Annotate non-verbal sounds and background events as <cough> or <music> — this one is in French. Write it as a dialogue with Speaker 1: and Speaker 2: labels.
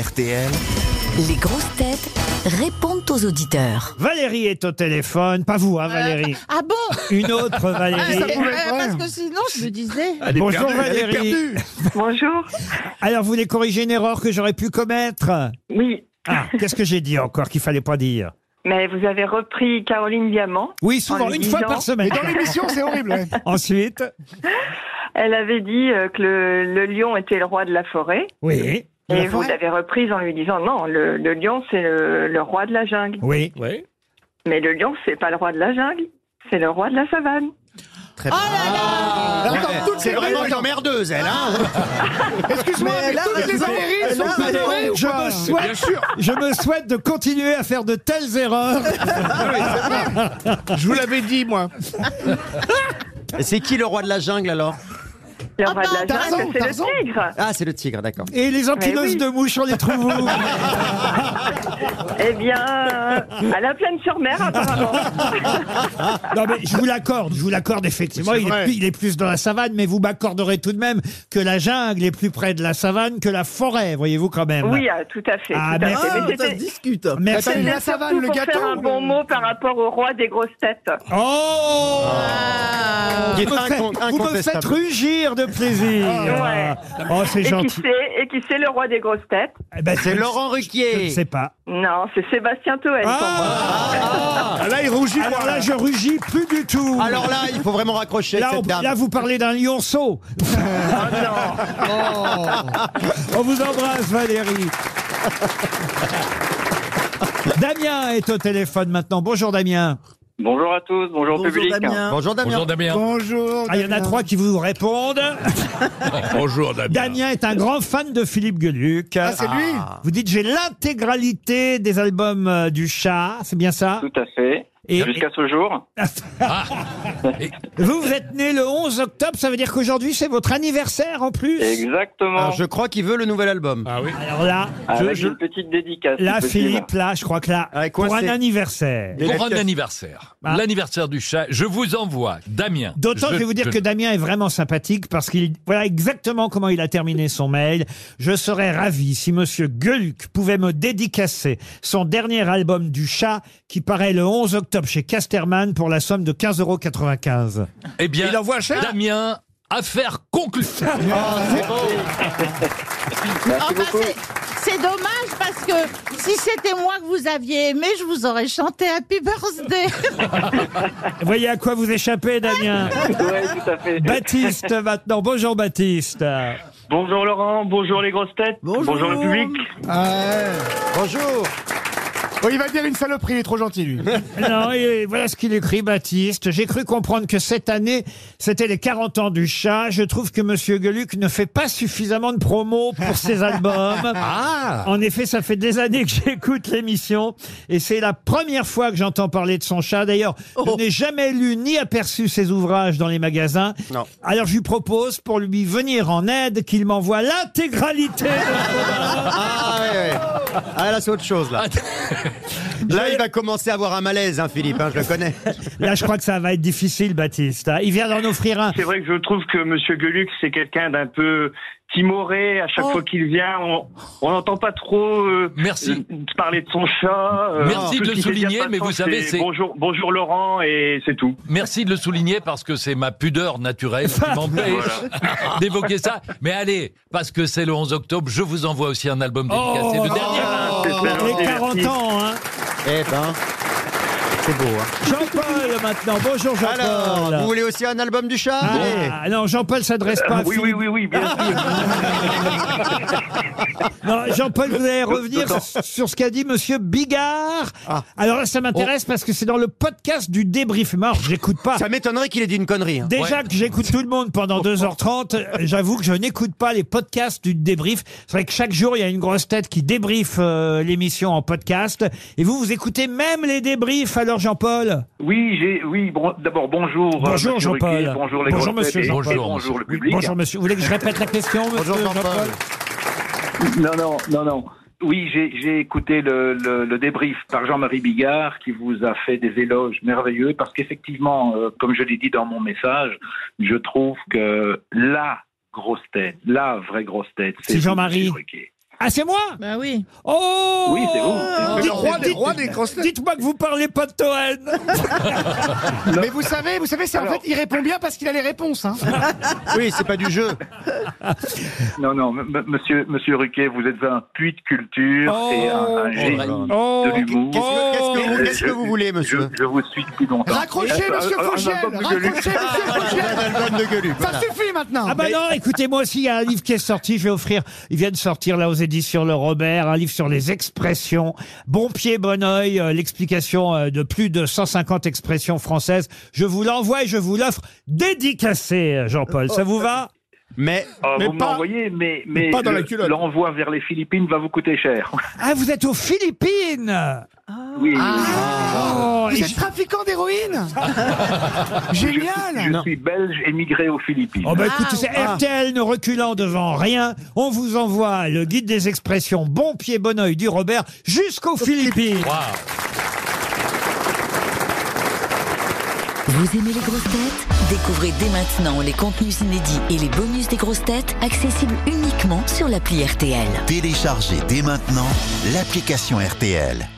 Speaker 1: RTL.
Speaker 2: Les grosses têtes répondent aux auditeurs.
Speaker 3: Valérie est au téléphone, pas vous, hein, Valérie.
Speaker 4: Ah bon
Speaker 3: Une autre
Speaker 5: Ah,
Speaker 3: Valérie.
Speaker 4: Euh, Parce que sinon, je me disais.
Speaker 3: Bonjour Valérie.
Speaker 6: Bonjour.
Speaker 3: Alors, vous voulez corriger une erreur que j'aurais pu commettre
Speaker 6: Oui,
Speaker 3: Ah, qu'est-ce que j'ai dit encore qu'il fallait pas dire
Speaker 6: mais vous avez repris Caroline Diamant.
Speaker 3: Oui,
Speaker 5: Oh,
Speaker 3: souvent,
Speaker 6: En
Speaker 3: une fois
Speaker 6: disant-
Speaker 3: par semaine.
Speaker 5: Dans l'émission, c'est horrible. ouais.
Speaker 3: <laughs> Ensuite,
Speaker 6: Elle avait dit euh, que le, le lion était le roi de la forêt.
Speaker 3: oui,
Speaker 6: Et vous l'avez reprise en lui disant non, le, le lion c'est le, le roi de la jungle.
Speaker 3: oui.
Speaker 5: Ah,
Speaker 6: Mais le lion c'est pas le roi de la jungle, c'est le roi de la savane.
Speaker 4: Oh là là
Speaker 5: Alors, dans toutes les règles-
Speaker 1: emmerdeuse, elle, hein
Speaker 5: Excuse-moi,
Speaker 4: Mais
Speaker 5: mais
Speaker 4: là,
Speaker 5: toutes les
Speaker 4: là,
Speaker 5: Valérie
Speaker 4: là,
Speaker 5: sont adorées ou
Speaker 3: Je
Speaker 5: pas
Speaker 3: me, souhaite, je me souhaite de continuer à faire de telles erreurs.
Speaker 5: Je vous l'avais dit, moi.
Speaker 1: Ah. C'est qui le roi de la jungle alors
Speaker 6: Le
Speaker 5: Ah
Speaker 6: roi de la
Speaker 5: Tarzan,
Speaker 6: jungle c'est
Speaker 5: Tarzan.
Speaker 6: le tigre.
Speaker 1: Ah, c'est le tigre, d'accord.
Speaker 6: Eh
Speaker 3: Et les
Speaker 6: Mais
Speaker 3: enculeuses
Speaker 6: oui.
Speaker 3: de mouches, on les trouve où
Speaker 6: Eh bien, euh, à la plaine sur
Speaker 5: <laughs>
Speaker 6: mer apparemment.
Speaker 3: Non, mais je vous l'accorde, je vous l'accorde effectivement.
Speaker 5: C'est
Speaker 3: Il est,
Speaker 5: vrai.
Speaker 3: plus- il est plus dans la savane, mais vous m'accorderez tout de même que la jungle est plus près de la savane que la forêt, voyez-vous quand
Speaker 5: Eh ben.
Speaker 3: même.
Speaker 6: Oui, ah, tout à fait.
Speaker 3: Ah,
Speaker 6: tout à
Speaker 3: merci.
Speaker 6: fait. Mais c'était-
Speaker 7: discute.
Speaker 3: Merci.
Speaker 5: Attends,
Speaker 6: c'était
Speaker 5: oh, La savane,
Speaker 6: surtout
Speaker 5: le
Speaker 6: pour
Speaker 5: gâteau,
Speaker 6: faire un
Speaker 5: ou le-
Speaker 6: bon mot par rapport au roi des grosses têtes.
Speaker 3: Oh
Speaker 1: Qui est
Speaker 3: Vous me faites-
Speaker 1: incon-
Speaker 3: vous me faites
Speaker 1: incontestable.
Speaker 3: rugir de plaisir.
Speaker 6: Ouais.
Speaker 3: Oh, c'est
Speaker 6: Et qui
Speaker 3: gentil.
Speaker 6: c'est Et qui c'est le roi des grosses têtes
Speaker 3: Eh ben,
Speaker 1: C'est
Speaker 3: je-
Speaker 1: Laurent
Speaker 3: Je ne
Speaker 1: Ruquier.
Speaker 3: sais pas.
Speaker 6: Non, c'est Sébastien Toen. pour moi.
Speaker 3: Ah
Speaker 5: Ah, Là, il rougit.
Speaker 3: Alors
Speaker 5: voilà.
Speaker 3: là, je rugis plus du tout.
Speaker 1: Alors là, il faut vraiment raccrocher
Speaker 3: Là,
Speaker 1: avec
Speaker 3: on-
Speaker 1: cette dame.
Speaker 3: là, vous parlez d'un lionceau. <laughs> On vous embrasse, Valérie. Damien est au téléphone maintenant. Bonjour, Damien.
Speaker 8: Bonjour à tous, bonjour, public. hein.
Speaker 1: Bonjour Damien.
Speaker 9: Bonjour Damien.
Speaker 5: Bonjour.
Speaker 3: Ah, il y en a
Speaker 5: Damien.
Speaker 3: trois qui vous répondent.
Speaker 9: Bonjour Damien.
Speaker 3: Damien est un grand fan de Philippe Gueluc.
Speaker 5: Ah, c'est lui
Speaker 3: vous dites j'ai l'intégralité des albums euh, du chat, c'est bien ça
Speaker 8: Tout à fait.
Speaker 3: Et-
Speaker 8: Jusqu'à ce jour.
Speaker 3: <laughs> Vous, vous êtes né le 11 octobre, ça veut dire qu'aujourd'hui c'est votre anniversaire en plus
Speaker 1: Alors,
Speaker 8: Exactement.
Speaker 1: Euh, je crois qu'il veut le nouvel album.
Speaker 9: Ah oui.
Speaker 3: Alors là,
Speaker 8: Avec
Speaker 3: Ah, je- je-
Speaker 8: une petite dédicace.
Speaker 3: là
Speaker 8: si possible.
Speaker 3: Philippe, là, je crois que là,
Speaker 1: Avec quoi
Speaker 3: pour un
Speaker 1: c'est-
Speaker 3: anniversaire.
Speaker 9: Pour un anniversaire,
Speaker 3: Ah.
Speaker 9: l'anniversaire du chat, je vous envoie Damien.
Speaker 3: D'autant, je, vais vous dire
Speaker 9: je-
Speaker 3: que Damien est vraiment sympathique parce qu'il voilà exactement comment il a terminé son mail. Je serais ravi si Monsieur Gueluc pouvait me dédicacer son dernier album du chat qui paraît le 11 octobre chez Casterman pour la somme de 15,95 euros.
Speaker 9: Eh bien,
Speaker 5: Il envoie cher
Speaker 9: Damien, affaire conclue.
Speaker 4: Enfin, Ah, bah, c'est- c'est dommage parce que si c'était moi que vous aviez aimé, je vous aurais chanté Happy Birthday.
Speaker 3: Voyez à quoi vous échappez, Damien.
Speaker 8: Ouais, tout à fait.
Speaker 3: Bah- Baptiste maintenant. Bonjour Baptiste.
Speaker 8: Bonjour Laurent, bonjour les grosses têtes.
Speaker 7: Bonjour.
Speaker 8: le public.
Speaker 5: Ah, ouais.
Speaker 1: Bonjour.
Speaker 5: Oh, il va dire une saloperie, il est trop gentil, lui.
Speaker 3: Non, et voilà ce qu'il écrit, Baptiste. J'ai cru comprendre que cette année, c'était les 40 ans du chat. Je trouve que Monsieur Gueluc ne fait pas suffisamment de promos pour ses albums.
Speaker 9: Ah
Speaker 3: En effet, ça fait des années que j'écoute l'émission et c'est la première fois que j'entends parler de son chat. D'ailleurs, je n'ai jamais lu ni aperçu ses ouvrages dans les magasins.
Speaker 1: Non.
Speaker 3: Alors je lui propose pour lui venir en aide qu'il m'envoie l'intégralité. de-
Speaker 1: Ah ouais, ouais. Ah là, c'est autre chose là. Là, il va commencer à avoir un malaise, hein, Philippe. hein, je le connais.
Speaker 3: Là, je crois que ça va être difficile, Baptiste. hein. Il vient d'en offrir un.
Speaker 8: C'est vrai que je trouve que Monsieur Gueluc, c'est quelqu'un d'un peu timoré. À chaque
Speaker 9: Oh.
Speaker 8: fois qu'il vient, on on n'entend pas trop euh,
Speaker 9: Merci.
Speaker 8: euh, parler de son chat. euh,
Speaker 9: Merci
Speaker 8: tout
Speaker 9: de
Speaker 8: ce
Speaker 9: le
Speaker 8: qui s'est bien
Speaker 9: souligner, mais
Speaker 8: passant,
Speaker 9: vous savez, c'est-
Speaker 8: Bonjour, bonjour Laurent, et c'est tout.
Speaker 9: Merci de le souligner parce que c'est ma pudeur naturelle qui m'empêche <laughs> d'évoquer ça. Mais allez, parce que c'est le 11 octobre, je vous envoie aussi un album dédicacé.
Speaker 3: Oh.
Speaker 9: le dernier.
Speaker 3: Les 40 ans, hein.
Speaker 1: Eh ben, c'est beau. Hein.
Speaker 3: Jean-Paul maintenant. Bonjour Jean-Paul.
Speaker 1: Alors, vous Euh, voulez aussi un album du chat Allez.
Speaker 3: Ah, non, Jean-Paul s'adresse pas à
Speaker 8: oui,
Speaker 3: Philippe.
Speaker 8: oui, oui, oui, bien sûr.
Speaker 3: Non, Jean-Paul, vous
Speaker 1: Euh,
Speaker 3: allez revenir sur ce qu'a dit Monsieur Bigard.
Speaker 1: Ah.
Speaker 3: Alors là, ça m'intéresse parce que c'est dans le podcast du débrief. Mort, j'écoute pas.
Speaker 1: Oh. Ça m'étonnerait qu'il ait dit une connerie. hein.
Speaker 3: Déjà que j'écoute tout le monde pendant 2h30, euh, j'avoue que je n'écoute pas les podcasts du débrief. C'est vrai que chaque jour, il y a une grosse tête qui débriefe euh, l'émission en podcast. Et vous, vous écoutez même les débriefs, alors Jean-Paul
Speaker 8: Oui, j'ai, oui, bon- d'abord bonjour. euh,
Speaker 3: Bonjour,
Speaker 8: monsieur
Speaker 3: Jean-Paul.
Speaker 8: Ruquier, Bonjour les
Speaker 3: Bonjour,
Speaker 8: grosses
Speaker 3: monsieur
Speaker 8: têtes et-
Speaker 3: Jean-Paul.
Speaker 8: et bonjour le
Speaker 3: Oui,
Speaker 8: public.
Speaker 3: Bonjour monsieur, vous voulez que je répète la question monsieur
Speaker 1: Bonjour Jean-Paul.
Speaker 3: Jean-Paul
Speaker 8: Non, non, non, non. Oui, j'ai j'ai écouté le, le- le débrief par Jean-Marie Bigard qui vous a fait des éloges merveilleux parce qu'effectivement, euh, comme je l'ai dit dans mon message, je trouve que la grosse tête, la vraie grosse tête,
Speaker 3: C'est
Speaker 8: vous,
Speaker 3: Jean-Marie.
Speaker 8: monsieur Ruquier.
Speaker 3: Ah, c'est moi
Speaker 4: Ben oui.
Speaker 3: Oh
Speaker 8: Oui, c'est vous.
Speaker 5: C'est le
Speaker 3: Dites-
Speaker 5: roi des-
Speaker 3: dites-
Speaker 5: roi des grosses têtes.
Speaker 3: Dites-moi que vous parlez pas de Toen
Speaker 5: Mais vous savez, vous savez, c'est en
Speaker 8: Alors-
Speaker 5: fait, il répond bien parce qu'il a les réponses. hein.
Speaker 1: Oui, c'est pas du jeu.
Speaker 8: Non, non, m- m- monsieur, monsieur Ruquet, vous êtes un puits de culture
Speaker 3: Oh,
Speaker 8: et un, un génie
Speaker 3: Oh,
Speaker 8: de l'humour.
Speaker 1: Qu'est-ce que, qu'est-ce que vous-
Speaker 8: Euh,
Speaker 1: qu'est-ce que
Speaker 8: je-
Speaker 1: vous voulez, monsieur
Speaker 8: Je, je vous suis depuis longtemps. Euh,
Speaker 5: Raccrochez,
Speaker 8: Un-
Speaker 5: monsieur
Speaker 8: un- un
Speaker 5: Fauchel
Speaker 8: album de
Speaker 5: Raccrochez,
Speaker 8: Gueluc.
Speaker 5: monsieur Fauchel
Speaker 1: Un album de Gueuluc,
Speaker 5: Ça
Speaker 1: voilà.
Speaker 5: suffit maintenant
Speaker 3: Ah bah non, écoutez, moi aussi, il y a un livre qui est sorti, je vais offrir, il vient de sortir là aux éditions Le Robert, un livre sur les expressions, Bon pied, bon oeil, euh, l'explication euh, de plus de 150 expressions françaises. Je vous l'envoie et je vous l'offre dédicacé, euh, Jean-Paul, ça vous va
Speaker 1: Mais
Speaker 8: Ah,
Speaker 5: Mais
Speaker 8: vous
Speaker 5: pas-
Speaker 8: m'envoyez, mais,
Speaker 5: mais
Speaker 8: mais
Speaker 5: pas dans
Speaker 8: le-
Speaker 5: la culotte.
Speaker 8: l'envoi vers les Philippines va vous coûter cher.
Speaker 3: Ah, vous êtes aux Philippines
Speaker 8: Oui,
Speaker 3: Oh,
Speaker 5: Vous
Speaker 3: et
Speaker 5: êtes
Speaker 3: je-
Speaker 5: trafiquant d'héroïne
Speaker 8: je,
Speaker 5: Génial
Speaker 8: je suis belge émigré aux Philippines.
Speaker 3: Oh bah écoutez, c'est
Speaker 4: Ah.
Speaker 3: RTL ne reculant devant rien. On vous envoie le guide des expressions Bon pied, bon oeil du Robert jusqu'aux Philippines.
Speaker 9: Waouh.
Speaker 2: Vous aimez les grosses têtes Découvrez dès maintenant les contenus inédits et les bonus des grosses têtes accessibles uniquement sur l'appli RTL.
Speaker 7: Téléchargez dès maintenant l'application RTL.